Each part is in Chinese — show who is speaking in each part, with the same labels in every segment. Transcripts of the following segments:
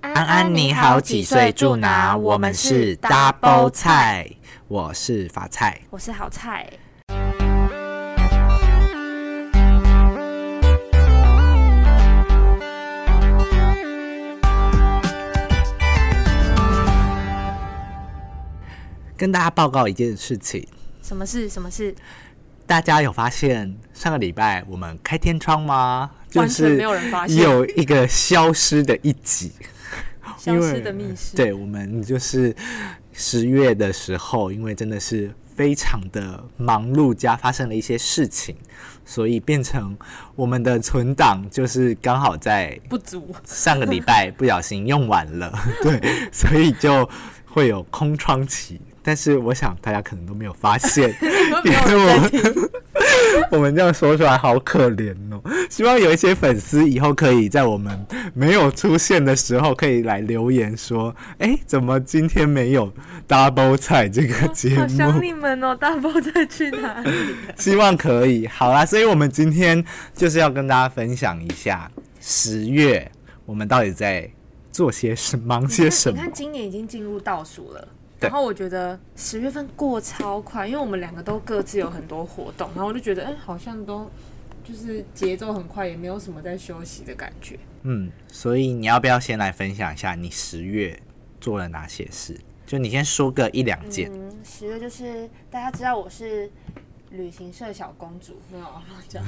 Speaker 1: 安
Speaker 2: 安安你好，几岁住哪？我们是 Double，菜，我是法菜。
Speaker 1: 我是好菜。
Speaker 2: 跟大家报告一件事情，
Speaker 1: 什么事？什么事？
Speaker 2: 大家有发现上个礼拜我们开天窗吗？就
Speaker 1: 完全
Speaker 2: 是
Speaker 1: 没有人发现
Speaker 2: 有一个消失的一集，
Speaker 1: 消
Speaker 2: 因
Speaker 1: 失
Speaker 2: 为
Speaker 1: 的密室。，
Speaker 2: 对我们就是十月的时候，因为真的是非常的忙碌，加发生了一些事情，所以变成我们的存档就是刚好在
Speaker 1: 不足。
Speaker 2: 上个礼拜不小心用完了， 对，所以就会有空窗期。但是我想大家可能都没有发 现，
Speaker 1: 因为没有
Speaker 2: 因为我
Speaker 1: 人在
Speaker 2: 们
Speaker 1: 听，
Speaker 2: 我们这样说出来好可怜哦。希望有一些粉丝以后可以在我们没有出现的时候，可以来留言说：“哎，怎么今天没有 Double 菜这个节
Speaker 1: 好想
Speaker 2: 目
Speaker 1: 你们哦！大包在去哪里？？”
Speaker 2: 希望可以。好啦，所以我们今天就是要跟大家分享一下十月我们到底在做些什忙些什
Speaker 1: 你
Speaker 2: 么
Speaker 1: 看，。今年已经进入倒数了。
Speaker 2: 对
Speaker 1: 然后我觉得十月份过超快，因为我们两个都各自有很多活动，然后我就觉得，哎、好像都就是节奏很快，也没有什么在休息的感觉。
Speaker 2: 嗯，所以你要不要先来分享一下你十月做了哪些事？就你先说个一两件。
Speaker 3: 嗯，十月就是大家知道我是旅行社小公主，
Speaker 1: 没有啊， 这样，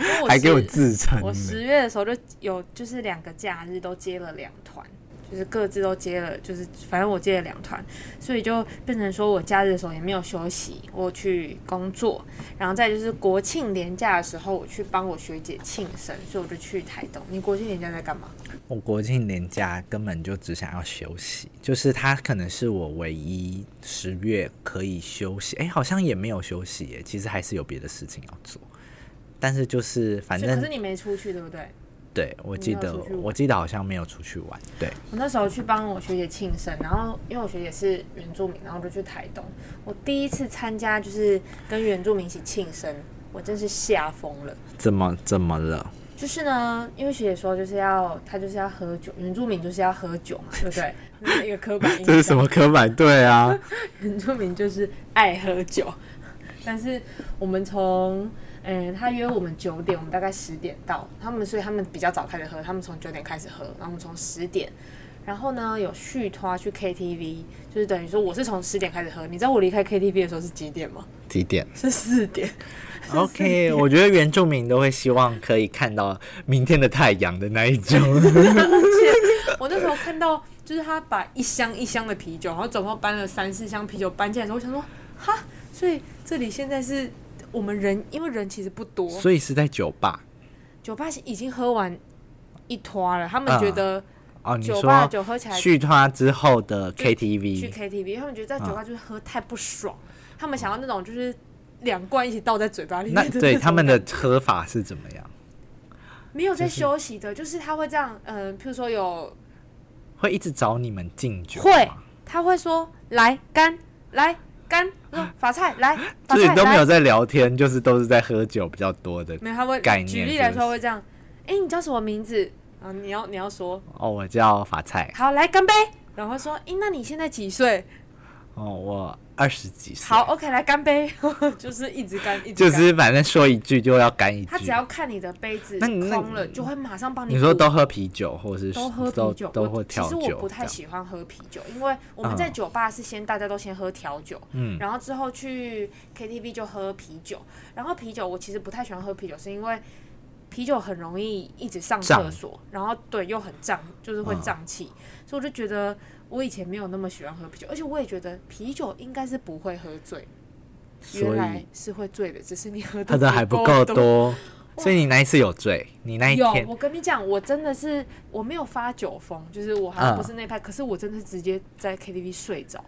Speaker 1: 因为
Speaker 2: 还给我
Speaker 1: 是
Speaker 2: 自称
Speaker 1: 我
Speaker 2: 呢，
Speaker 1: 十月的时候就有，就是两个假日都接了两团，就是各自都接了，就是反正我接了两团，所以就变成说我假日的时候也没有休息，我去工作，然后再就是国庆连假的时候，我去帮我学姐庆生，所以我就去台东。你国庆连假在干嘛？
Speaker 2: 我国庆年假根本就只想要休息，就是它可能是我唯一十月可以休息。哎、好像也没有休息耶，其实还是有别的事情要做。但是就是反
Speaker 1: 所以可是
Speaker 2: 正
Speaker 1: 你没出去，对不对？
Speaker 2: 对我
Speaker 1: 你
Speaker 2: 记
Speaker 1: 没有
Speaker 2: 得
Speaker 1: 出去
Speaker 2: 我
Speaker 1: 玩
Speaker 2: 记得好像没有出去玩，对，
Speaker 1: 我那时候去帮我学姐庆生，然后因为我学姐是原住民，然后我就去台东。我第一次参加就是跟原住民一起庆生，我真是吓疯了。
Speaker 2: 怎么怎么了？
Speaker 1: 就是呢，因为学姐说就是要她就是要喝酒，原住民就是要喝酒嘛，对不对？这是一个刻板印象。
Speaker 2: 这是什么刻板？对啊，
Speaker 1: 原住民就是爱喝酒，但是我们从嗯、呃他约我们九点，我们大概十点到，他们所以他们比较早开始喝，他们从九点开始喝，然后我们从十点，然后呢有续拖去 KTV，就是等于说我是从十点开始喝，你知道我离开 KTV 的时候是几点吗？
Speaker 2: 几点？
Speaker 1: 是四点。
Speaker 2: OK，我觉得原住民都会希望可以看到明天的太阳的那一种。
Speaker 1: 我那时候看到，就是他把一箱一箱的啤酒，然后总共搬了三四箱啤酒搬进来的时候，我想说，哈，所以这里现在是我们人，因为人其实不多，
Speaker 2: 所以是在酒吧
Speaker 1: 酒吧已经喝完一拖了，他们
Speaker 2: 嗯
Speaker 1: 觉得
Speaker 2: 哦，你
Speaker 1: 酒吧的
Speaker 2: 说
Speaker 1: 酒喝起来
Speaker 2: 去他之后的
Speaker 1: 去
Speaker 2: KTV，
Speaker 1: KTV，他们觉得在酒吧就是喝太不爽，他们想要那种就是两罐一起倒在嘴巴里
Speaker 2: 那
Speaker 1: 面的，
Speaker 2: 对他们的喝法是怎么样？
Speaker 1: 没有在休息的，就是他会这样，嗯、譬如说有
Speaker 2: 会一直找你们敬酒吗？
Speaker 1: 会，他会说来干来干，嗯法菜来法菜
Speaker 2: 就是
Speaker 1: 来，
Speaker 2: 都没有在聊天，就是都是在喝酒比较多的。
Speaker 1: 没有，他会
Speaker 2: 概念
Speaker 1: 举例
Speaker 2: 是
Speaker 1: 来
Speaker 2: 不
Speaker 1: 说
Speaker 2: 是
Speaker 1: 会这样，哎、你叫什么名字？啊，你要你要说
Speaker 2: 哦，我叫法菜，
Speaker 1: 好，来干杯。然后说，哎、那你现在几岁？
Speaker 2: 哦，我二十几岁，
Speaker 1: 好，，OK，来干杯， 就是一直 干，一直
Speaker 2: 就
Speaker 1: 干
Speaker 2: 是反正说一句就要干一句。
Speaker 1: 他只要看你的杯子
Speaker 2: 那你那
Speaker 1: 空了，就会马上帮
Speaker 2: 你说
Speaker 1: 补
Speaker 2: 都喝啤酒，或者是
Speaker 1: 都喝
Speaker 2: 都
Speaker 1: 啤酒，
Speaker 2: 都
Speaker 1: 我
Speaker 2: 会调
Speaker 1: 其实
Speaker 2: 酒这样，
Speaker 1: 我不太喜欢喝啤酒，因为我们在
Speaker 2: 嗯
Speaker 1: 酒吧是先大家都先喝调酒，
Speaker 2: 嗯
Speaker 1: 然后之后去 KTV 就喝啤酒，然后啤酒我其实不太喜欢喝啤酒，是因为啤酒很容易一直上
Speaker 2: 胀
Speaker 1: 厕所，然后对又很胀，就是会
Speaker 2: 嗯
Speaker 1: 胀气，所以我就觉得我以前没有那么喜欢喝啤酒，而且我也觉得啤酒应该是不会喝醉，原
Speaker 2: 所
Speaker 1: 来
Speaker 2: 以
Speaker 1: 是会醉的，只是你喝
Speaker 2: 喝的还不
Speaker 1: 不
Speaker 2: 够
Speaker 1: 多。
Speaker 2: 多，所以你那一次有醉，你那一
Speaker 1: 有，
Speaker 2: 天
Speaker 1: 我跟你讲，我真的是我没有发酒疯，就是我好像不是那一
Speaker 2: 嗯
Speaker 1: 派，可是我真的是直接在 KTV 睡着。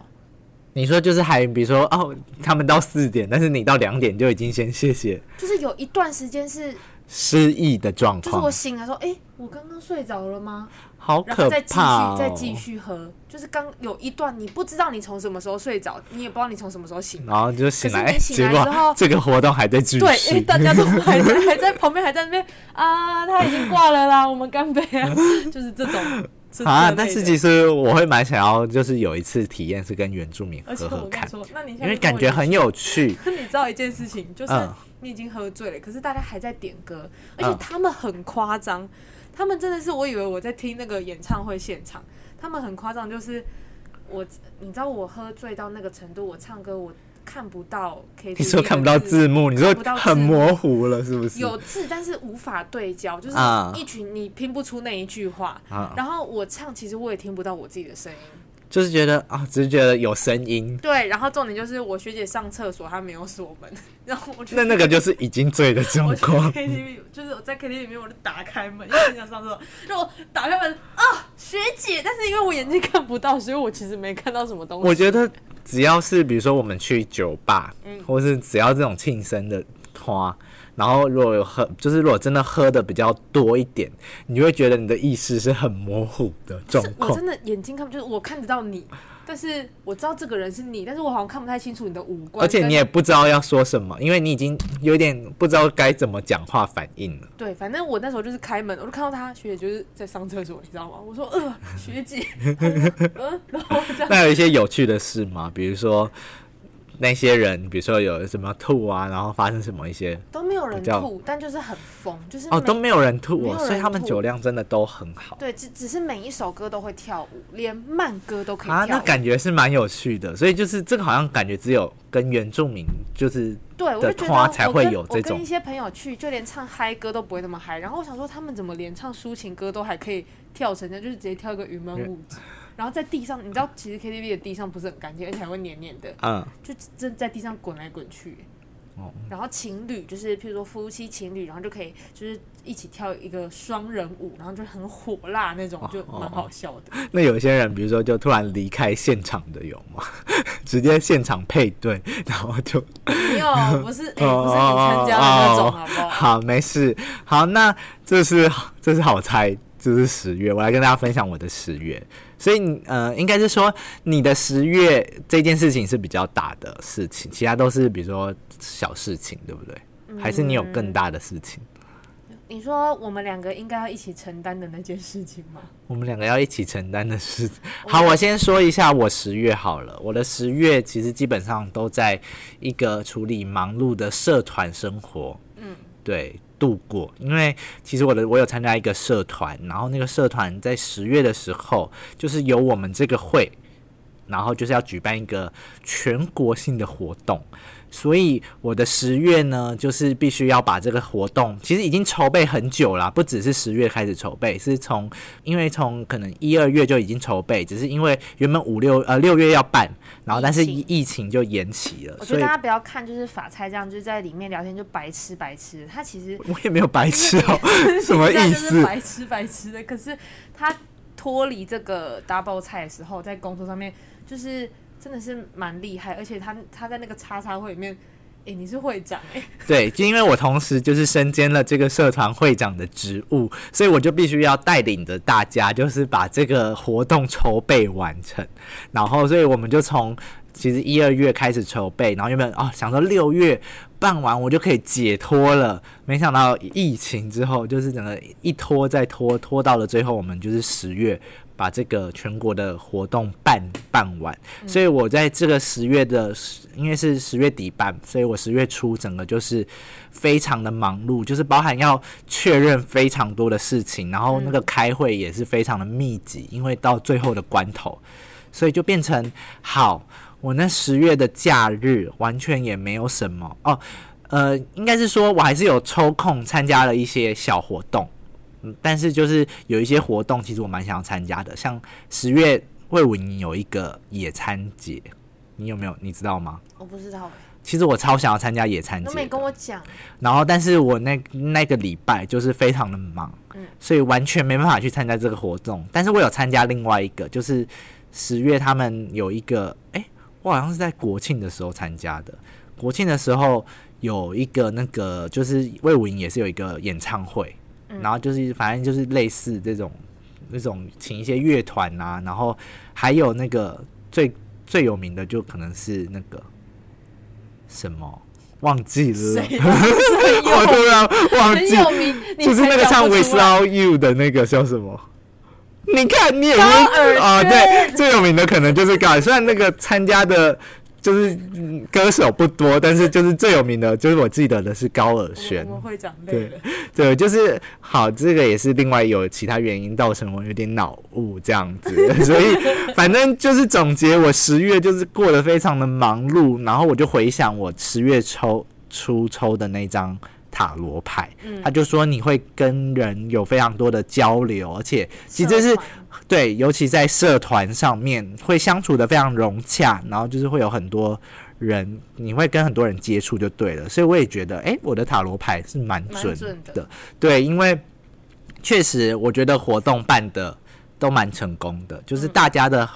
Speaker 2: 你说就是还比如说哦，他们到四点，但是你到两点就已经先谢谢
Speaker 1: 就是有一段时间是，
Speaker 2: 失忆的状
Speaker 1: 就是
Speaker 2: 况，
Speaker 1: 我醒来说，哎、我刚刚睡着了吗？
Speaker 2: 好
Speaker 1: 然
Speaker 2: 可
Speaker 1: 后再继续、
Speaker 2: 怕、哦、
Speaker 1: 再继续喝，就是刚有一段你不知道你从什么时候睡着，你也不知道你从什么时候醒来。
Speaker 2: 然后就醒来，
Speaker 1: 可是
Speaker 2: 哎
Speaker 1: 你醒
Speaker 2: 结
Speaker 1: 来之
Speaker 2: 果
Speaker 1: 后
Speaker 2: 这个活动还在继续。
Speaker 1: 对，因为大家都还在还在旁边，还在那边啊，他已经挂了啦，我们干杯啊，就是这种是 这
Speaker 2: 啊，
Speaker 1: 类
Speaker 2: 但是
Speaker 1: 的
Speaker 2: 其实我会蛮想要，就是有一次体验是跟原住民
Speaker 1: 而且
Speaker 2: 喝
Speaker 1: 我
Speaker 2: 喝
Speaker 1: 跟你
Speaker 2: 看，
Speaker 1: 说，那你现在
Speaker 2: 因为
Speaker 1: 就
Speaker 2: 感
Speaker 1: 跟我
Speaker 2: 觉
Speaker 1: 一
Speaker 2: 很有趣。
Speaker 1: 可 你知道一件事情，就是
Speaker 2: 嗯
Speaker 1: 你已经喝醉了，可是大家还在点歌，而且
Speaker 2: 嗯
Speaker 1: 他们很夸张，他们真的是我以为我在听那个演唱会现场，他们很夸张，就是我你知道我喝醉到那个程度，我唱歌我看不到 K，
Speaker 2: 你说看不到字幕，你说
Speaker 1: 看不到字
Speaker 2: 很
Speaker 1: 幕
Speaker 2: 模糊了，是不是？
Speaker 1: 有字，但是无法对焦，就是
Speaker 2: 啊
Speaker 1: 一群你拼不出那一句话。
Speaker 2: 啊，
Speaker 1: 然后我唱，其实我也听不到我自己的声音。
Speaker 2: 就是觉得啊，只是觉得有声音。
Speaker 1: 对，然后重点就是我学姐上厕所，她没有锁门， 然后我就
Speaker 2: 那那个就是已经醉的状
Speaker 1: 我去
Speaker 2: 况。
Speaker 1: KTV，就是我在 KTV 里面，我就打开门，因为很想上厕所，然后我打开门啊，学姐，但是因为我眼睛看不到，所以我其实没看到什么东西。
Speaker 2: 我觉得只要是比如说我们去酒吧，
Speaker 1: 嗯
Speaker 2: 或是只要这种庆生的花，然后如果有喝，就是如果真的喝的比较多一点，你会觉得你的意识是很模糊的状
Speaker 1: 是我
Speaker 2: 况
Speaker 1: 真。的眼睛看不，就是我看得到你，但是我知道这个人是你，但是我好像看不太清楚你的五官。
Speaker 2: 而且你也不知道要说什么，因为你已经有点不知道该怎么讲话反应了。
Speaker 1: 对，反正我那时候就是开门，我就看到她学姐就是在上厕所，你知道吗？我说呃，学 姐，嗯，然后这 样
Speaker 2: 那有一些有趣的事吗？比如说那些人，比如说有什么吐啊，然后发生什么一些
Speaker 1: 都没有人
Speaker 2: 比较
Speaker 1: 吐，但就是很疯，就是
Speaker 2: 哦
Speaker 1: 每
Speaker 2: 都没有人吐
Speaker 1: 没有
Speaker 2: 哦，
Speaker 1: 人
Speaker 2: 所以他们
Speaker 1: 吐
Speaker 2: 酒量真的都很好
Speaker 1: 对，只只是每一首歌都会跳舞，连慢歌都可以跳舞。
Speaker 2: 啊，那感觉是蛮有趣的。所以就是这个好像感觉只有跟原住民就是
Speaker 1: 对，我
Speaker 2: 的
Speaker 1: 就觉得
Speaker 2: 花
Speaker 1: 我
Speaker 2: 才
Speaker 1: 跟
Speaker 2: 会有这
Speaker 1: 我跟
Speaker 2: 种
Speaker 1: 一些朋友去，就连唱嗨歌都不会那么嗨。然后我想说，他们怎么连唱抒情歌都还可以跳成这样，就是直接跳一个云门舞集，然后在地上，你知道，其实 KTV 的地上不是很干净，而且还会黏黏的，
Speaker 2: 嗯
Speaker 1: 就真在地上滚来滚去。
Speaker 2: 哦
Speaker 1: 然后情侣就是，譬如说夫妻情侣，然后就可以就是一起跳一个双人舞，然后就很火辣那
Speaker 2: 哦
Speaker 1: 种，就蛮好笑的。
Speaker 2: 那有些人比如说就突然离开现场的有吗？ 直接现场配对，然后就
Speaker 1: 没 有，不是，哎、
Speaker 2: 哦
Speaker 1: 不是你参加的那种，好不好？
Speaker 2: 好，没事。好，那这是这是好猜，这是十月，我来跟大家分享我的十月。所以你呃，应该是说你的十月这件事情是比较大的事情，其他都是比如说小事情，对不对？还是你有更大的事情？
Speaker 1: 你说我们两个应该要一起承担的那件事情吗？
Speaker 2: 我们两个要一起承担的事。好，我先说一下我十月好了。我的十月其实基本上都在一个处理忙碌的社团生活，嗯，对，度过。因为其实我的我有参加一个社团，然后那个社团在十月的时候，就是由我们这个会，然后就是要举办一个全国性的活动。所以我的十月呢，就是必须要把这个活动，其实已经筹备很久啦，不只是十月开始筹备，是从因为从可能一二月就已经筹备，只是因为原本五六呃六月要办，然后但是
Speaker 3: 疫情
Speaker 2: 疫情就延期了，
Speaker 3: 我觉
Speaker 2: 所
Speaker 3: 得
Speaker 2: 以
Speaker 3: 大家不要看就是法菜这样，就是在里面聊天就白痴白痴，他其实
Speaker 2: 我也没有白痴 哦、什么
Speaker 1: 那
Speaker 2: 意
Speaker 1: 就是
Speaker 2: 思？
Speaker 1: 白痴白痴的。可是他脱离这个 double 菜的时候，在工作上面就是真的是蛮厉害，而且他他在那个叉叉会里面，诶，你是会长诶，
Speaker 2: 对，就因为我同时就是身兼了这个社团会长的职务，所以我就必须要带领着大家，就是把这个活动筹备完成。然后，所以我们就从其实一二月开始筹备，然后原本哦想说六月办完我就可以解脱了，没想到疫情之后就是整个一拖再拖，拖到了最后我们就是十月。把这个全国的活动办办完，所以我在这个十月的，因为是十月底办，所以我十月初整个就是非常的忙碌，就是包含要确认非常多的事情，然后那个开会也是非常的密集，因为到最后的关头，所以就变成好，我那十月的假日完全也没有什么哦，呃，应该是说我还是有抽空参加了一些小活动，嗯，但是就是有一些活动其实我蛮想要参加的，像十月魏武营有一个野餐节，你有没有你知道吗？
Speaker 3: 我不知道欸，
Speaker 2: 其实我超想要参加野餐
Speaker 3: 你
Speaker 2: 节
Speaker 3: 都
Speaker 2: 的，
Speaker 3: 没跟我 讲，
Speaker 2: 然后，但是我那那个礼拜就是非常的忙，所以完全没办法去参加这个活动。但是我有参加另外一个，就是十月他们有一个，哎、我好像是在国庆的时候参加的。国庆的时候有一个那个，就是魏武营也是有一个演唱会，然后就是反正就是类似这种那种请一些乐团啊，然后还有那个最最有名的就可能是那个什么忘记了。
Speaker 1: 谁啊谁
Speaker 2: 我突
Speaker 1: 有
Speaker 2: 然忘
Speaker 1: 很
Speaker 2: 记，
Speaker 1: 有名，你
Speaker 2: 就是
Speaker 1: 才
Speaker 2: 那个
Speaker 1: 讲
Speaker 2: 唱
Speaker 1: 不出来
Speaker 2: Without You 的那个叫什么？你看，你也是啊、对，最有名的可能就是高尔，虽然那个参加的。就是嗯歌手不多，但是就是最有名的，就是我记得的是高尔宣
Speaker 1: 我。们会长累
Speaker 2: 对
Speaker 1: 了。
Speaker 2: 对，就是好，这个也是另外有其他原因造成我有点脑雾这样子，所以反正就是总结，我十月就是过得非常的忙碌，然后我就回想我十月抽初抽的那张塔罗牌，他就说你会跟人有非常多的交流，而且其实这
Speaker 1: 社
Speaker 2: 是
Speaker 1: 团
Speaker 2: 对，尤其在社团上面会相处的非常融洽，然后就是会有很多人，你会跟很多人接触就对了。所以我也觉得，诶，我的塔罗牌是蛮
Speaker 1: 蛮
Speaker 2: 准
Speaker 1: 准的
Speaker 2: 对，因为确实我觉得活动办的都蛮成功的，
Speaker 1: 嗯
Speaker 2: 就是大家的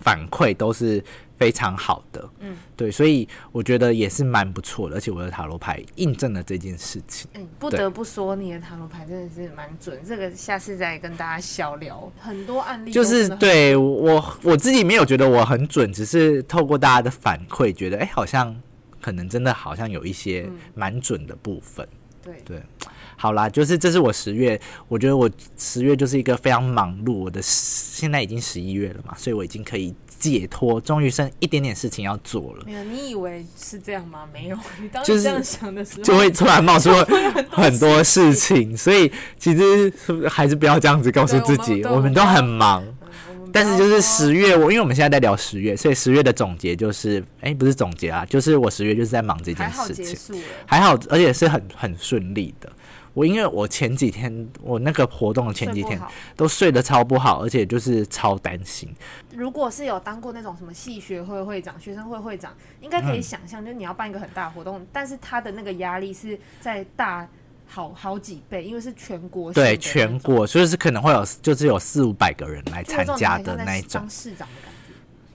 Speaker 2: 反馈都是非常好的。嗯，对，所以我觉得也是蛮不错的，而且我的塔罗牌印证了这件事情。
Speaker 1: 嗯，不得不说你的塔罗牌真的是蛮准，这个下次再跟大家小聊。很多案例都
Speaker 2: 就是
Speaker 1: 真的很
Speaker 2: 对我我自己没有觉得我很准，只是透过大家的反馈，觉得哎、好像可能真的好像有一些
Speaker 1: 嗯
Speaker 2: 蛮准的部分。
Speaker 1: 对
Speaker 2: 对，好啦，就是这是我十月，我觉得我十月就是一个非常忙碌，我的十现在已经十一月了嘛，所以我已经可以解脱，终于剩一点点事情要做了。
Speaker 1: 没有，你以为是这样吗？没有，你当
Speaker 2: 就
Speaker 1: 时
Speaker 2: 是
Speaker 1: 这样想的时候，
Speaker 2: 就会突然冒出很多事情，所以其实还是不要这样子告
Speaker 1: 对
Speaker 2: 诉
Speaker 1: 我
Speaker 2: 自
Speaker 1: 们
Speaker 2: 己，
Speaker 1: 对
Speaker 2: 我
Speaker 1: 我
Speaker 2: 们
Speaker 1: 们
Speaker 2: 都
Speaker 1: 不要
Speaker 2: 很忙。
Speaker 1: 我们不
Speaker 2: 但是
Speaker 1: 要
Speaker 2: 就是
Speaker 1: 说
Speaker 2: 十月，我因为我们现在在聊十月，所以十月的总结就是，哎、不是总结啊，就是我十月就是在忙这件
Speaker 1: 还好
Speaker 2: 事
Speaker 1: 结
Speaker 2: 情，
Speaker 1: 束了，
Speaker 2: 还好，而且是很很顺利的。我因为我前几天我那个活动的前几
Speaker 3: 睡
Speaker 2: 天
Speaker 3: 不好
Speaker 2: 都睡得超不好，而且就是超担心。
Speaker 1: 如果是有当过那种什么系学会会长、学生会会长，应该可
Speaker 2: 嗯
Speaker 1: 以想象，就是你要办一个很大的活动，但是他的那个压力是在大好好几倍，因为是全国性的
Speaker 2: 对，
Speaker 1: 那种
Speaker 2: 全国就是可能会有，就是有四五百个人来
Speaker 1: 就是这
Speaker 2: 参
Speaker 1: 种
Speaker 2: 加
Speaker 1: 你
Speaker 2: 的
Speaker 1: 很像
Speaker 2: 那一
Speaker 1: 在
Speaker 2: 种
Speaker 1: 当，市长的感觉。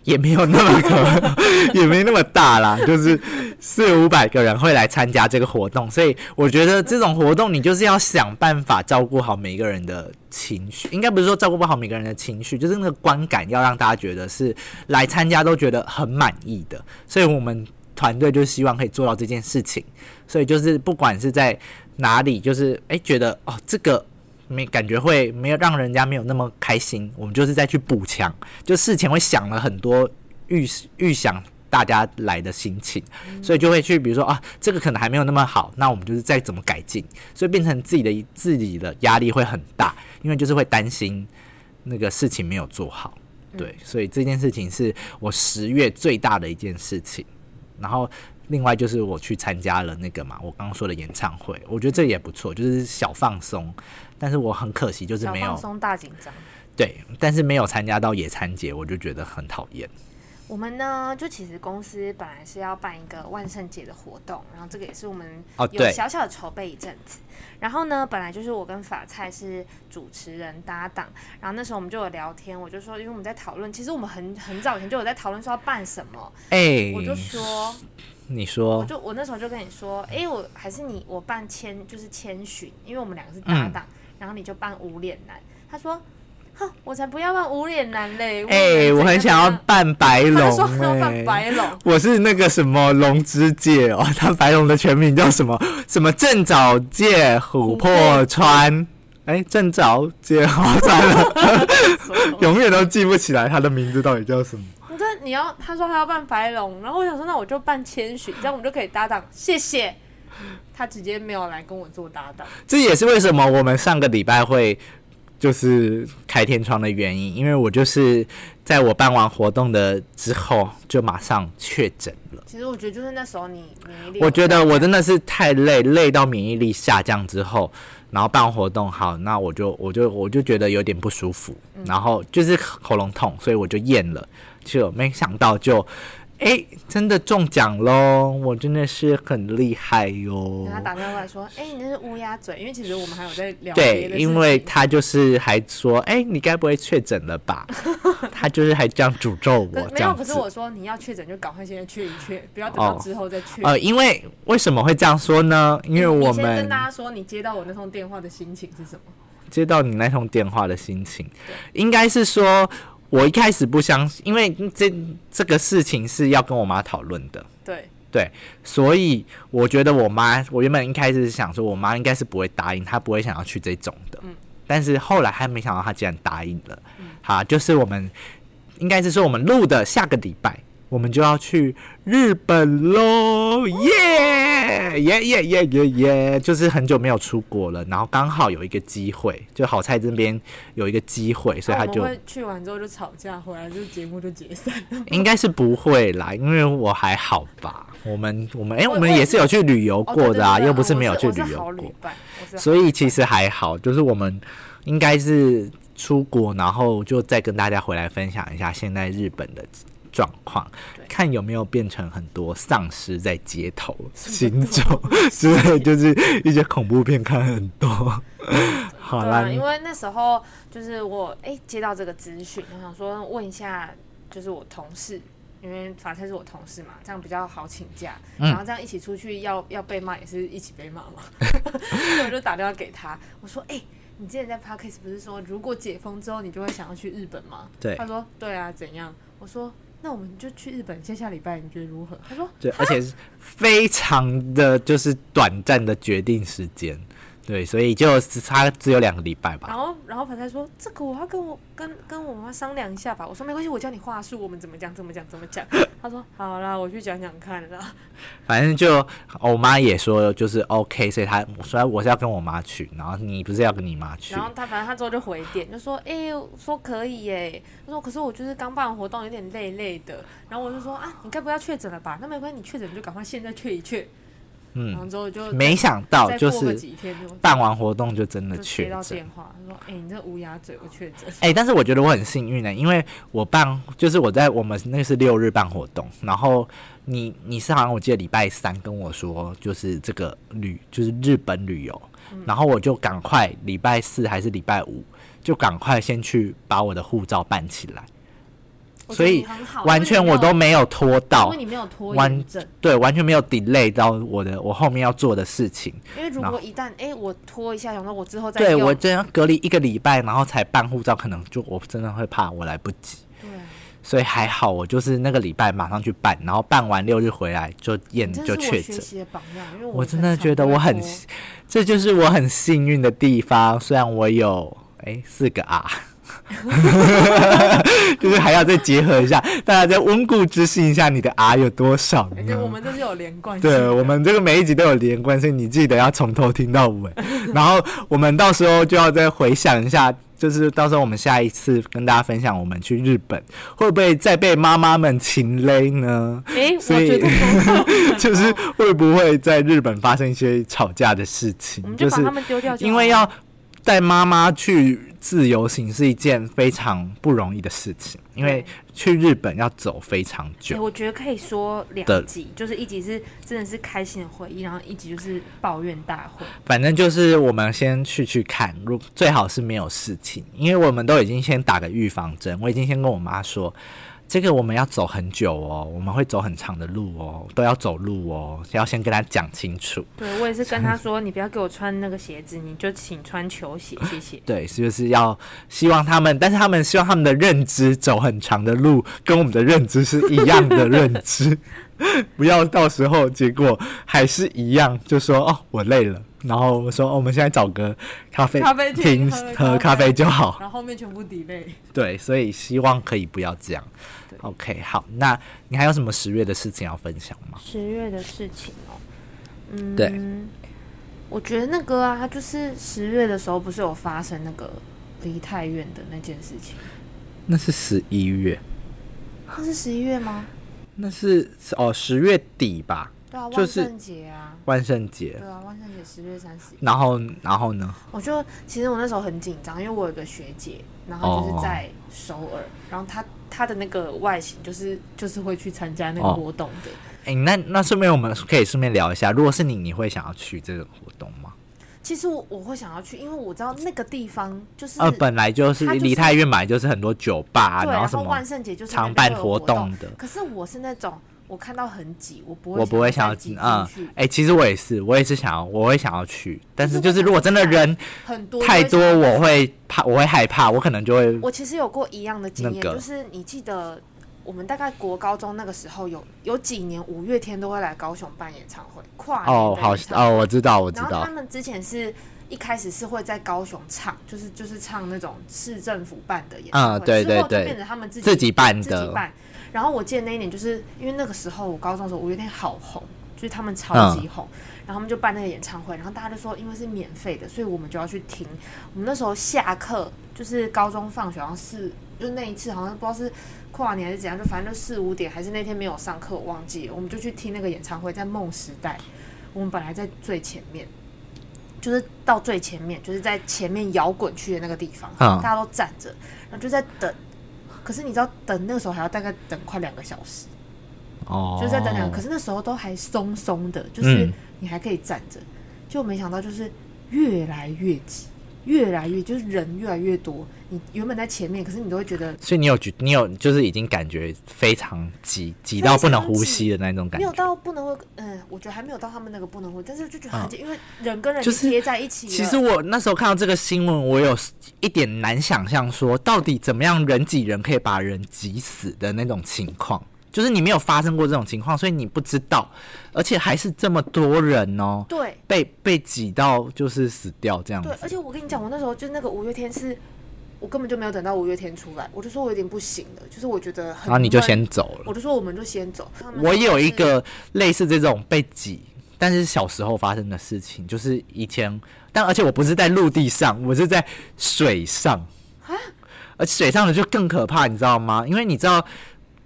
Speaker 2: 也没有那么可， 也没那么大啦，就是四五百个人会来参加这个活动，所以我觉得这种活动你就是要想办法照顾好每个人的情绪，应该不是说照顾不好每个人的情绪，就是那个观感要让大家觉得是来参加都觉得很满意的，所以我们团队就希望可以做到这件事情，所以就是不管是在哪里，就是诶觉得哦这个没感觉会没有让人家没有那么开心，我们就是再去补强，就事前会想了很多预预想大家来的心情，所以就会去比如说啊，这个可能还没有那么好，那我们就是再怎么改进，所以变成自己的自己的压力会很大，因为就是会担心那个事情没有做好，
Speaker 3: 嗯
Speaker 2: 对，所以这件事情是我十月最大的一件事情，然后。另外就是我去参加了那个嘛，我刚刚说的演唱会，我觉得这也不
Speaker 3: 嗯
Speaker 2: 错，就是小放松。但是我很可惜就是
Speaker 1: 小
Speaker 2: 没
Speaker 1: 放
Speaker 2: 有
Speaker 1: 松大紧张。
Speaker 2: 对，但是没有参加到野餐节，我就觉得很讨厌。
Speaker 3: 我们呢，就其实公司本来是要办一个万圣节的活动，然后这个也是我们
Speaker 2: 哦
Speaker 3: 有
Speaker 2: 对
Speaker 3: 小小的筹备一阵子。然后呢，本来就是我跟法菜是主持人搭档，然后那时候我们就有聊天，我就说，因为我们在讨论，其实我们很很早以前就有在讨论说要办什么，
Speaker 2: 哎、
Speaker 3: 我就说，
Speaker 2: 你
Speaker 3: 我
Speaker 2: 说
Speaker 3: 就我那时候就跟你说，哎、我还是你我办千就是千寻，因为我们两个是搭档，
Speaker 2: 嗯
Speaker 3: 然后你就办无脸男，他说。哼，我才不要办无脸男嘞！无
Speaker 2: 哎、
Speaker 3: 脸男
Speaker 2: 我很
Speaker 3: 怎
Speaker 2: 想
Speaker 3: 样
Speaker 2: 要
Speaker 3: 怎样
Speaker 2: 扮白
Speaker 3: 他
Speaker 2: 龙、
Speaker 3: 说 要扮
Speaker 2: 哎。
Speaker 3: 白龙，
Speaker 2: 我是那个什么龙之介哦， 他白龙的全名叫什么？什么正沼介琥珀川？哎、正沼介好惨了， 永远都记不起来他的名字到底叫什么。
Speaker 3: 你说你要，他说他要扮白龙，然后我想说那我就扮千寻，这样我们就可以搭档。谢谢。
Speaker 1: 他直接没有来跟我做搭档，
Speaker 2: 这也是为什么我们上个礼拜会就是开天窗的原因，因为我就是在我办完活动的之后就马上确诊了。
Speaker 1: 其实我觉得就是那时候你免疫力，
Speaker 2: 我觉得我真的是太累，累到免疫力下降之后，然后办活动好，那我就我就我就觉得有点不舒服，
Speaker 1: 嗯
Speaker 2: 然后就是喉咙痛，所以我就验了，就没想到就，哎、真的中奖喽！我真的是很厉害哟。
Speaker 1: 然后他打电话过来说：“哎、你那是乌鸦嘴。”因为其实我们还有在聊
Speaker 2: 对
Speaker 1: 别，的事情
Speaker 2: 因为他就是还说，哎、你该不会确诊了 吧？他就是还这样诅咒我
Speaker 1: 可是，
Speaker 2: 这
Speaker 1: 没有，
Speaker 2: 样
Speaker 1: 可是
Speaker 2: 子。
Speaker 1: 我说你要确诊就赶快现在确一确，不要等到
Speaker 2: 哦
Speaker 1: 之后再确。
Speaker 2: 呃，因为为什么会这样说呢？因为我
Speaker 1: 你先
Speaker 2: 们
Speaker 1: 跟大家说，你接到我那通电话的心情是什么？
Speaker 2: 接到你那通电话的心情，应该是说，我一开始不相信，因为这这个事情是要跟我妈讨论的，
Speaker 1: 对，
Speaker 2: 对，所以我觉得我妈，我原本一开始是想说，我
Speaker 4: 嗯
Speaker 2: 妈应该是不会答应，她不会想要去这种的。但是后来还没想到她竟然答应了，好，就是我们应该是说我们录的下个礼拜，我们就要去日本喽，耶耶耶耶耶耶！就是很久没有出国了，然后刚好有一个机会，就好菜这边有一个机会，所以
Speaker 4: 那哦我
Speaker 2: 他
Speaker 1: 哦
Speaker 2: 就、
Speaker 4: 们会去完之后就吵架，回来就节目就解散了。
Speaker 2: 应该是不会啦，因为我还好吧。我们我们哎、我
Speaker 4: 我
Speaker 2: 们
Speaker 4: 也
Speaker 2: 也是有去旅游过的啊，
Speaker 1: 哦对对对
Speaker 2: 又不是没有去
Speaker 1: 我是
Speaker 2: 旅
Speaker 1: 我是
Speaker 2: 游
Speaker 1: 好
Speaker 2: 过
Speaker 1: 旅。伴，我是好啊
Speaker 2: 所以其实还好，就是我们应该是出国，然后就再跟大家回来分享一下现在日本的状况
Speaker 1: 对，
Speaker 2: 看有没有变成很多丧尸在街 头行走之类，就是一些恐怖片看很多。好
Speaker 1: 对
Speaker 2: 啦，
Speaker 1: 啊，因为那时候就是我哎、接到这个资讯，我想说问一下，就是我同事，因为法菜是我同事嘛，这样比较好请假，
Speaker 2: 嗯
Speaker 1: 然后这样一起出去要要被骂也是一起被骂嘛， 所以我就打电话给他，我说哎、你之前在 Parkes 不是说如果解封之后你就会想要去日本吗？
Speaker 2: 对
Speaker 1: 他说对啊，怎样？我说那我们就去日本，下下礼拜你觉得如何？他说
Speaker 2: 对，而且是非常的就是短暂的决定时间，对，所以就差只有两个礼拜吧
Speaker 1: 然。后，然后反正说这个我要跟我跟跟我妈商量一下吧。我说没关系，我教你话术，我们怎么讲怎么讲怎么讲。 他说好啦，我去讲讲看啦。
Speaker 2: 反正就哦我妈也说就是 OK，所以她我说我是要跟我妈去，然后你不 是要跟你妈去
Speaker 1: 然，后他反正他之后就回电，就说哎、说可以耶、他说可是我就是刚办完活动，有点累累的。然后我就说啊，你该不要确诊了吧？那没关系，你确诊你就赶快现在确一确。然后
Speaker 2: 嗯，
Speaker 1: 之后就
Speaker 2: 没想到
Speaker 1: 再
Speaker 2: 就
Speaker 1: 过个
Speaker 2: 是
Speaker 1: 几天就
Speaker 2: 办完活动就真的
Speaker 1: 就
Speaker 2: 确
Speaker 1: 接到
Speaker 2: 诊
Speaker 1: 电。话，他说哎、你这乌鸦嘴，我确诊。
Speaker 2: 哎、但是我觉得我很幸运呢、欸因为我办就是我在我们那是六日办活动，然后你你是好像我记得礼拜三跟我说就是这个旅就是日本旅游，
Speaker 1: 嗯
Speaker 2: 然后我就赶快礼拜四还是礼拜五就赶快先去把我的护照办起来，
Speaker 1: 我觉
Speaker 2: 所
Speaker 1: 得
Speaker 2: 以
Speaker 1: 你很好
Speaker 2: 完全我都没有拖到
Speaker 1: 因为。你没有拖
Speaker 2: 完
Speaker 1: 延症。
Speaker 2: 对，完全没有 delay 到我的我后面要做的事情。
Speaker 1: 因为如
Speaker 2: 然
Speaker 1: 果一旦哎、我拖一下，想说我之后再
Speaker 2: 对
Speaker 1: 用
Speaker 2: 我真要隔离一个礼拜，然后才办护照，可能就我真的会怕我来不及。
Speaker 1: 对啊
Speaker 2: 所以还好，我就是那个礼拜马上去办，然后办完六日回来就验
Speaker 1: 你真
Speaker 2: 就
Speaker 1: 我
Speaker 2: 是确
Speaker 1: 学
Speaker 2: 诊。
Speaker 1: 习的榜样，因为
Speaker 2: 我真
Speaker 1: 很
Speaker 2: 的
Speaker 1: 常
Speaker 2: 觉得
Speaker 1: 被
Speaker 2: 我很
Speaker 1: 拖，
Speaker 2: 这就是我很幸运的地方。虽然我有哎四个啊， 就是还要再结合一下，大家再温故知新一下你的 R 有多少
Speaker 4: 哎、
Speaker 2: 呢？
Speaker 4: 对，我们这是有连贯性的。
Speaker 2: 嗯 对我们这个每一集都有连贯性，你记得要从头听到 尾。然后我们到时候就要再回想一下，就是到时候我们下一次跟大家分享，我们去日本会不会再被妈妈们擒勒 呢？
Speaker 1: 哎、我
Speaker 2: 所以
Speaker 1: 觉得很 好
Speaker 2: 就是会不会在日本发生一些吵架的事
Speaker 1: 我
Speaker 2: 情？
Speaker 1: 们就是把他们丢掉就好了，
Speaker 2: 因为要带妈妈去自由行是一件非常不容易的事情，因为去日本要走非常
Speaker 1: 哎、
Speaker 2: 久。
Speaker 1: 我觉得可以说
Speaker 2: 的
Speaker 1: 两集，就是一集是真的是开心的回忆，然后一集就是抱怨大会。
Speaker 2: 反正就是我们先去去看，如最好是没有事情，因为我们都已经先打个预防针，我已经先跟我妈说，这个我们要走很久哦，我们会走很长的路哦，都要走路哦，要先跟她讲清楚。
Speaker 1: 对我也是跟他说，你不要给我穿那个鞋子，你就请穿球鞋，谢 谢。
Speaker 2: 对，是就是要希望他们，但是他们希望他们的认知走很长的路，跟我们的认知是一样的认知， 不要到时候结果还是一样，就说哦我累了，然后我说、哦、我们现在找个咖啡
Speaker 4: 咖啡厅
Speaker 2: 厅
Speaker 4: 喝
Speaker 2: 喝
Speaker 4: 咖
Speaker 2: 咖
Speaker 4: 啡
Speaker 2: 啡就好。
Speaker 4: 然后后面全部 delay。
Speaker 2: 对，所以希望可以不要这样。OK，好，那你还有什么十月的事情要分享吗？
Speaker 1: 十月的事情哦，嗯，
Speaker 2: 对，
Speaker 1: 我觉得那个啊，就是十月的时候不是有发生那个梨泰院的那件事情。
Speaker 2: 那是十一月，
Speaker 1: 那是十一月吗？
Speaker 2: 那是哦十月底吧，
Speaker 1: 对啊，
Speaker 2: 就
Speaker 1: 万
Speaker 2: 是
Speaker 1: 圣节啊，
Speaker 2: 万圣节
Speaker 1: 对。啊，万圣节十月三十一。
Speaker 2: 然后，然后呢？
Speaker 1: 我就其实我那时候很紧张，因为我有个学姐，然后
Speaker 2: 哦
Speaker 1: 就是在首尔，然后她她的那个外形就是就是会去参加那个
Speaker 2: 哦
Speaker 1: 活动的。
Speaker 2: 哎、那那顺便我们可以顺便聊一下，如果是你，你会想要去这个活动吗？
Speaker 1: 其实我我会想要去，因为我知道那个地方就是、
Speaker 2: 呃，本来就是
Speaker 1: 它就是
Speaker 2: 梨泰院买就是很多酒吧、啊，
Speaker 1: 对，
Speaker 2: 后
Speaker 1: 然
Speaker 2: 什
Speaker 1: 后
Speaker 2: 么
Speaker 1: 万圣节就是
Speaker 2: 常
Speaker 1: 那边
Speaker 2: 办
Speaker 1: 会有
Speaker 2: 活
Speaker 1: 活
Speaker 2: 动的
Speaker 1: 可是我是那种我看到很挤，我不会
Speaker 2: 我不会想
Speaker 1: 想
Speaker 2: 要
Speaker 1: 要再挤进
Speaker 2: 嗯，
Speaker 1: 去，
Speaker 2: 哎、其实我也是，我也是想要，我会想要去，但
Speaker 1: 是
Speaker 2: 是就
Speaker 1: 我
Speaker 2: 是
Speaker 1: 想
Speaker 2: 如果真的
Speaker 1: 看
Speaker 2: 人
Speaker 1: 很多
Speaker 2: 太
Speaker 1: 就
Speaker 2: 多
Speaker 1: 会，想
Speaker 2: 我会怕，我会害怕，我可能就会
Speaker 1: 我其实有过一样的经验，
Speaker 2: 那个
Speaker 1: 就是你记得我们大概国高中那个时候有有几年五月天都会来高雄办演唱会，跨年的
Speaker 2: 哦，好
Speaker 1: 演唱会
Speaker 2: 哦，我知道，我知
Speaker 1: 然后
Speaker 2: 道
Speaker 1: 他，们之前是一开始是会在高雄唱，就是就是唱那种市政府办的演
Speaker 2: 啊
Speaker 1: 唱会，
Speaker 2: 对对
Speaker 1: 之后就
Speaker 2: 对
Speaker 1: 变成他们自己
Speaker 2: 自己办
Speaker 1: 自己
Speaker 2: 的，
Speaker 1: 办。然后我记得那一年，就是因为那个时候我高中的时候，五月天好红，就是他们超级红，
Speaker 2: 嗯
Speaker 1: 然后他们就办那个演唱会，然后大家就说因为是免费的，所以我们就要去听。我们那时候下课就是高中放学，好像是就那一次好像不知道是跨年还是怎样，就反正就四五点还是那天没有上课，我忘记了，我们就去听那个演唱会，在梦时代，我们本来在最前面。就是到最前面，就是在前面摇滚区的那个地方，
Speaker 2: 嗯
Speaker 1: 大家都站着，然后就在等。可是你知道，等那个时候还要大概等快两个小时，
Speaker 2: 哦，
Speaker 1: 就是在等两个。可是那时候都还松松的，就是
Speaker 2: 嗯
Speaker 1: 你还可以站着。就没想到，就是越来越挤，越来越就是人越来越多。你原本在前面，可是你都会觉得
Speaker 2: 所以你有觉，你有就是已经感觉非常挤，挤到不能呼吸的那种感
Speaker 1: 没有
Speaker 2: 觉。
Speaker 1: 到不能会，嗯，我觉得还没有到他们那个不能会，但是就觉得
Speaker 2: 嗯
Speaker 1: 很挤，因为人跟人
Speaker 2: 就
Speaker 1: 就是贴在一起了。
Speaker 2: 其实我那时候看到这个新闻，我有一点难想象说，到底怎么样人挤人可以把人挤死的那种情况，就是你没有发生过这种情况，所以你不知道，而且还是这么多人哦，
Speaker 1: 对
Speaker 2: 被被挤到就是死掉这样
Speaker 1: 对，而
Speaker 2: 子。
Speaker 1: 且我跟你讲，我那时候就是那个五月天是。我根本就没有等到五月天出来，我就说我有点不行了，就是我觉得很
Speaker 2: 然后你就
Speaker 1: 闷
Speaker 2: 先走了
Speaker 1: 我。就说我们就先走。他们
Speaker 2: 我也有一
Speaker 1: 就是
Speaker 5: 嗯
Speaker 2: 个类似这种被挤，但是小时候发生的事情，就是以前，但而且我不是在陆地上，我是在水上，
Speaker 5: 啊
Speaker 2: 而水上的就更可怕，你知道吗？因为你知道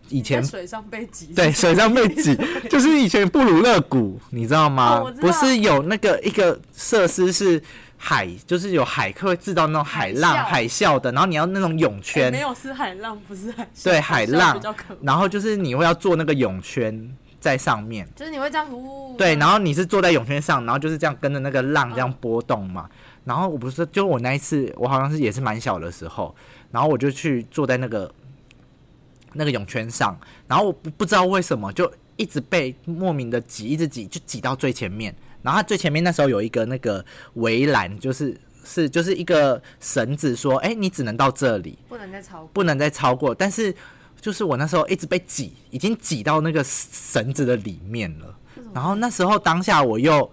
Speaker 2: 以 前
Speaker 5: 在水上被挤，
Speaker 2: 对，水上被 挤，就是以前布鲁勒谷，你知道吗？
Speaker 5: 哦我知
Speaker 2: 不
Speaker 5: 道
Speaker 2: 是有那个一个设施是海，就是有海客会制造那种海浪、
Speaker 1: 海啸
Speaker 2: 海啸的，然后你要那种泳圈，
Speaker 5: 哎没有是海浪，不是海啸，
Speaker 2: 对海
Speaker 5: 啸
Speaker 2: 浪
Speaker 5: 比较可怕，
Speaker 2: 然后就是你会要做那个泳圈在上面。
Speaker 1: 就是你会这样呜，
Speaker 2: 对，然后你是坐在泳圈上，然后就是这样跟着那个浪这样波动嘛。然后我不是，就我那一次，我好像是也是蛮小的时候，然后我就去坐在那个那个泳圈上，然后我不不知道为什么就一直被莫名的挤，一直挤，就挤到最前面。然后它最前面那时候有一个那个围栏，就是是就是一个绳子说，哎，你只能到这里，
Speaker 1: 不能再超过。
Speaker 2: 不能再超过。但是就是我那时候一直被挤，已经挤到那个绳子的里面了。然后那时候当下我又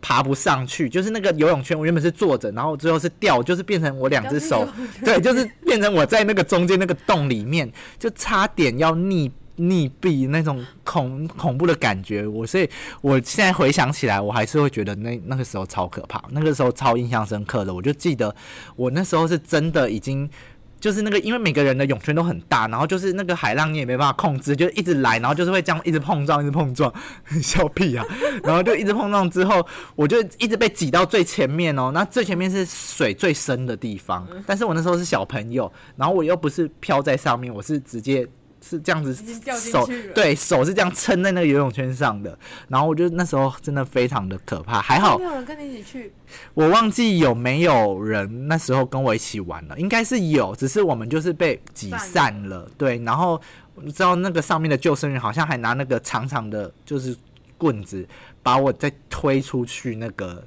Speaker 2: 爬不上去，就是那个游泳圈，我原本是坐着，然后最后是吊，就是变成我两只手， 对，就是变成我在那个中间那个洞里面，就差点要溺溺毙那种恐恐怖的感觉。我所以我现在回想起来，我还是会觉得那那个时候超可怕，那个时候超印象深刻的。我就记得我那时候是真的已经。就是那个，因为每个人的泳圈都很大，然后就是那个海浪你也没办法控制，就一直来，然后就是会这样一直碰撞，一直碰撞， 笑屁啊！然后就一直碰撞之后，我就一直被挤到最前面哦。那最前面是水最深的地方，
Speaker 5: 嗯
Speaker 2: 但是我那时候是小朋友，然后我又不是飘在上面，我是直接是这样子
Speaker 5: 经掉进
Speaker 2: 手
Speaker 5: 去了
Speaker 2: 对手是这样撑在那个游泳圈上的，然后我就那时候真的非常的可怕，还好
Speaker 5: 没有人跟你一起去，
Speaker 2: 我忘记有没有人那时候跟我一起玩了，应该是有，只是我们就是被挤散了。对，然后你知道那个上面的救生员好像还拿那个长长的，就是棍子把我再推出去那个。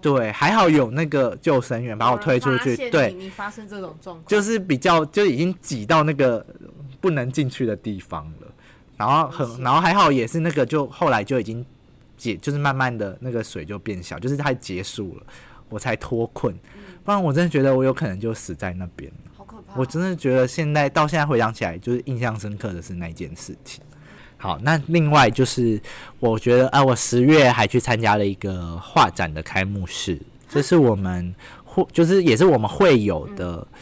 Speaker 2: 对，还好有那个救生员把我推出去。
Speaker 5: 有人发
Speaker 2: 对
Speaker 5: 现，你，你发生这种状况，
Speaker 2: 就是比较就已经挤到那个不能进去的地方了，然后很然后还好也是那个就后来就已经解就是慢慢的那个水就变小，就是它结束了，我才脱困，
Speaker 5: 嗯
Speaker 2: 不然我真的觉得我有可能就死在那边了。
Speaker 1: 好可怕！
Speaker 2: 我真的觉得现在到现在回想起来，就是印象深刻的是那一件事情。好，那另外就是我觉得啊，我十月还去参加了一个画展的开幕式，这是我们会就是也是我们会友的，
Speaker 1: 嗯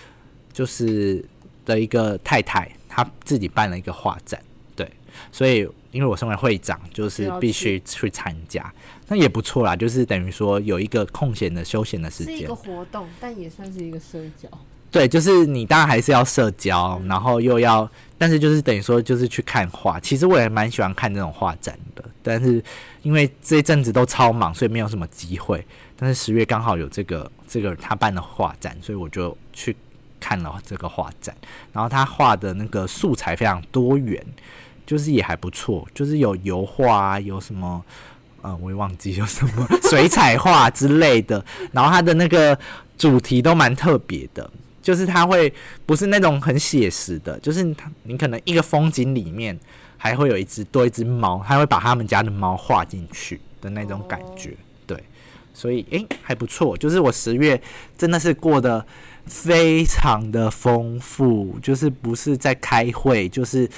Speaker 2: 就是的一个太太，她自己办了一个画展，对，所以因为我身为会长，就是必须去参加，那也不错啦，就是等于说有一个空闲的休闲的时
Speaker 1: 是一
Speaker 2: 间
Speaker 1: 个，活动，但也算是一个社交。
Speaker 2: 对，就是你当然还是要社交，然后又要，但是就是等于说就是去看画。其实我也蛮喜欢看这种画展的，但是因为这一阵子都超忙，所以没有什么机会。但是十月刚好有这个这个他办的画展，所以我就去看了这个画展。然后他画的那个素材非常多元，就是也还不错，就是有油画啊，有什么。呃，我也忘记有什么 水彩画之类的，然后他的那个主题都蛮特别的，就是它会不是那种很写实的，就是它你可能一个风景里面还会有一只多一只猫，它会把他们家的猫画进去的那种感觉。对，所以诶还不错，就是我十月真的是过得非常的丰富，就是不是在开会，就是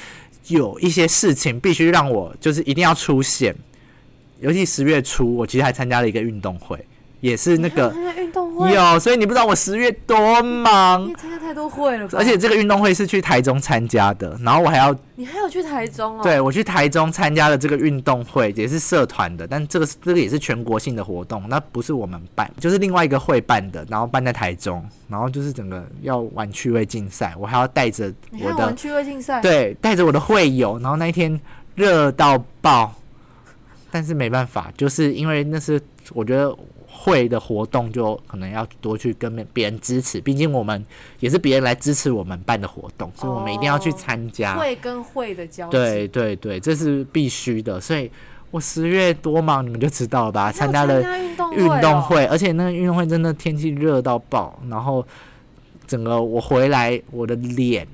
Speaker 2: 有一些事情必须让我就是一定要出现。尤其十月初，我其实还参加了一个运动会，也是那个
Speaker 1: 参加运动会，
Speaker 2: 有，所以你不知道我十月多忙
Speaker 1: 你也。参加太多会了吧？
Speaker 2: 而且这个运动会是去台中参加的，然后我还要
Speaker 1: 你还有去台中哦，
Speaker 2: 对我去台中参加了这个运动会，也是社团的，但这个是这个也是全国性的活动，那不是我们办，就是另外一个会办的，然后办在台中，然后就是整个要玩趣味竞赛，我还要带着
Speaker 1: 你还
Speaker 2: 我
Speaker 1: 有玩
Speaker 2: 的
Speaker 1: 趣味竞赛，
Speaker 2: 对带着我的会友，然后那一天热到爆，但是没办法，就是因为那是我觉得。会的活动就可能要多去跟别人支持，毕竟我们也是别人来支持我们办的活动，所以我们一定要去
Speaker 1: 哦
Speaker 2: 参加。
Speaker 1: 会跟会的交集，
Speaker 2: 啊对对对，这是必须的。所以我十月多忙，你们就知道了吧？
Speaker 1: 你还有
Speaker 2: 加
Speaker 1: 参
Speaker 2: 了
Speaker 1: 加运动
Speaker 2: 运
Speaker 1: 会
Speaker 2: 动
Speaker 1: 哦，
Speaker 2: 会，而且那个运动会真的天气热到爆，然后整个我回来，我的脸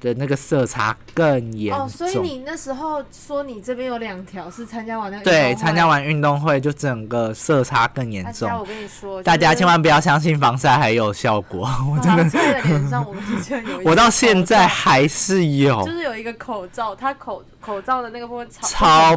Speaker 2: 的那个色差更严重。
Speaker 1: 哦，所以你那时候说你这边有两条是参加完那个运
Speaker 2: 对
Speaker 1: 动会
Speaker 2: 参加，完运动会就整个色差更严
Speaker 1: 大
Speaker 2: 重
Speaker 1: 家。我跟你说，
Speaker 2: 大家千
Speaker 1: 万
Speaker 2: 万不要相信防晒还有效果，我 真
Speaker 1: 的
Speaker 2: 的，
Speaker 1: 脸啊上，我们之前有一个
Speaker 2: 我到现在
Speaker 1: 口
Speaker 2: 还是有。
Speaker 1: 罩就是有一个口罩，它口口罩的那个部分超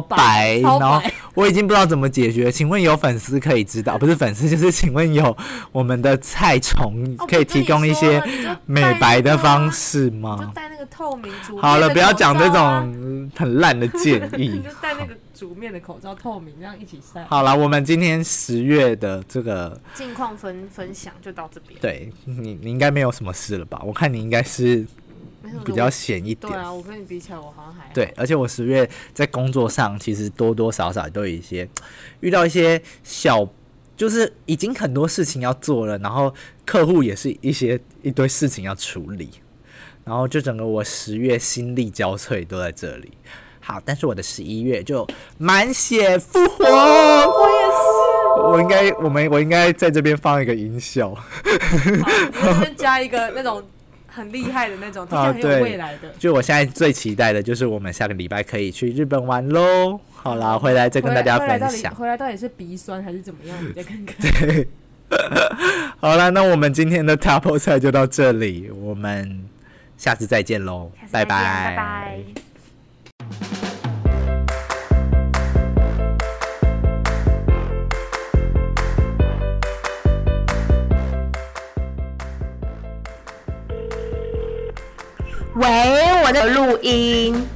Speaker 2: 超白，
Speaker 1: 超
Speaker 2: 然后
Speaker 1: 白，
Speaker 2: 我已经不知道怎么解决。请问有粉丝可以知道，不是粉丝，就是请问有我们的菜虫
Speaker 1: 哦
Speaker 2: 可以提供一些
Speaker 1: 啊
Speaker 2: 美白的方，式
Speaker 1: 我跟你说了你就戴那个啊你就？戴
Speaker 2: 吗
Speaker 1: 那个透明竹、
Speaker 2: 好了，不要讲这。种很烂的建
Speaker 1: 啊 你
Speaker 2: 议
Speaker 1: 就。戴那个煮面的口罩，透明，这样一起晒。
Speaker 2: 好了，我们今天十月的这个，
Speaker 1: 近况分分享就到这边，
Speaker 2: 对你，你应该没有什么事了吧？我看你应该是
Speaker 1: 没什么
Speaker 2: 比较
Speaker 1: 我
Speaker 2: 闲一
Speaker 1: 对。
Speaker 2: 点
Speaker 1: 啊，我跟你比起来，我好像还好
Speaker 2: 对，而且我十月在工作上其实多多少少都有一些遇到一些小，就是已经很多事情要做了，然后客户也是一些一堆事情要处理，然后就整个我十月心力交瘁都在这里。好，但是我的十一月就满血复活。
Speaker 1: 哦
Speaker 2: 我也是。我应该，我们我应该在这边放一个音效。
Speaker 1: 好，再加一个那种很厉害的那种，听
Speaker 2: 啊
Speaker 1: 起来很有未来的。
Speaker 2: 就我现在最期待的就是我们下个礼拜可以去日本玩喽。好啦，回来再跟大家
Speaker 1: 回来
Speaker 2: 分
Speaker 1: 到底
Speaker 2: 享。
Speaker 1: 回来到底是鼻酸还是怎么样？你再看 看。
Speaker 2: 好了，那我们今天的 Tapo 菜就到这里，我们下次再见喽，拜拜，
Speaker 1: 拜拜。
Speaker 3: 喂，我在录音，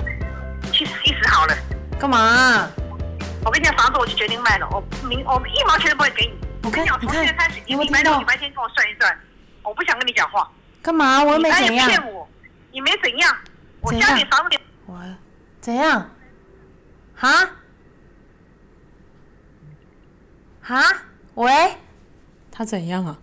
Speaker 6: 去试一试好了。
Speaker 3: 干嘛？
Speaker 6: 我跟你讲，房子我就决定卖了，我明我一毛钱都不会给你。我跟你讲，
Speaker 3: 你
Speaker 6: 从
Speaker 3: 看
Speaker 6: 现在开始，
Speaker 3: 你
Speaker 6: 你
Speaker 3: 有没有
Speaker 6: 礼拜
Speaker 3: 听到
Speaker 6: 六、礼拜天跟我算一算，我不想跟你讲话。
Speaker 3: 干嘛？我又
Speaker 6: 你
Speaker 3: 没
Speaker 6: 刚才
Speaker 3: 怎样，
Speaker 6: 骗我，你没怎样，我
Speaker 3: 怎
Speaker 6: 家里
Speaker 3: 样
Speaker 6: 房子
Speaker 3: 我怎样？哈？哈？喂？
Speaker 1: 他怎样啊？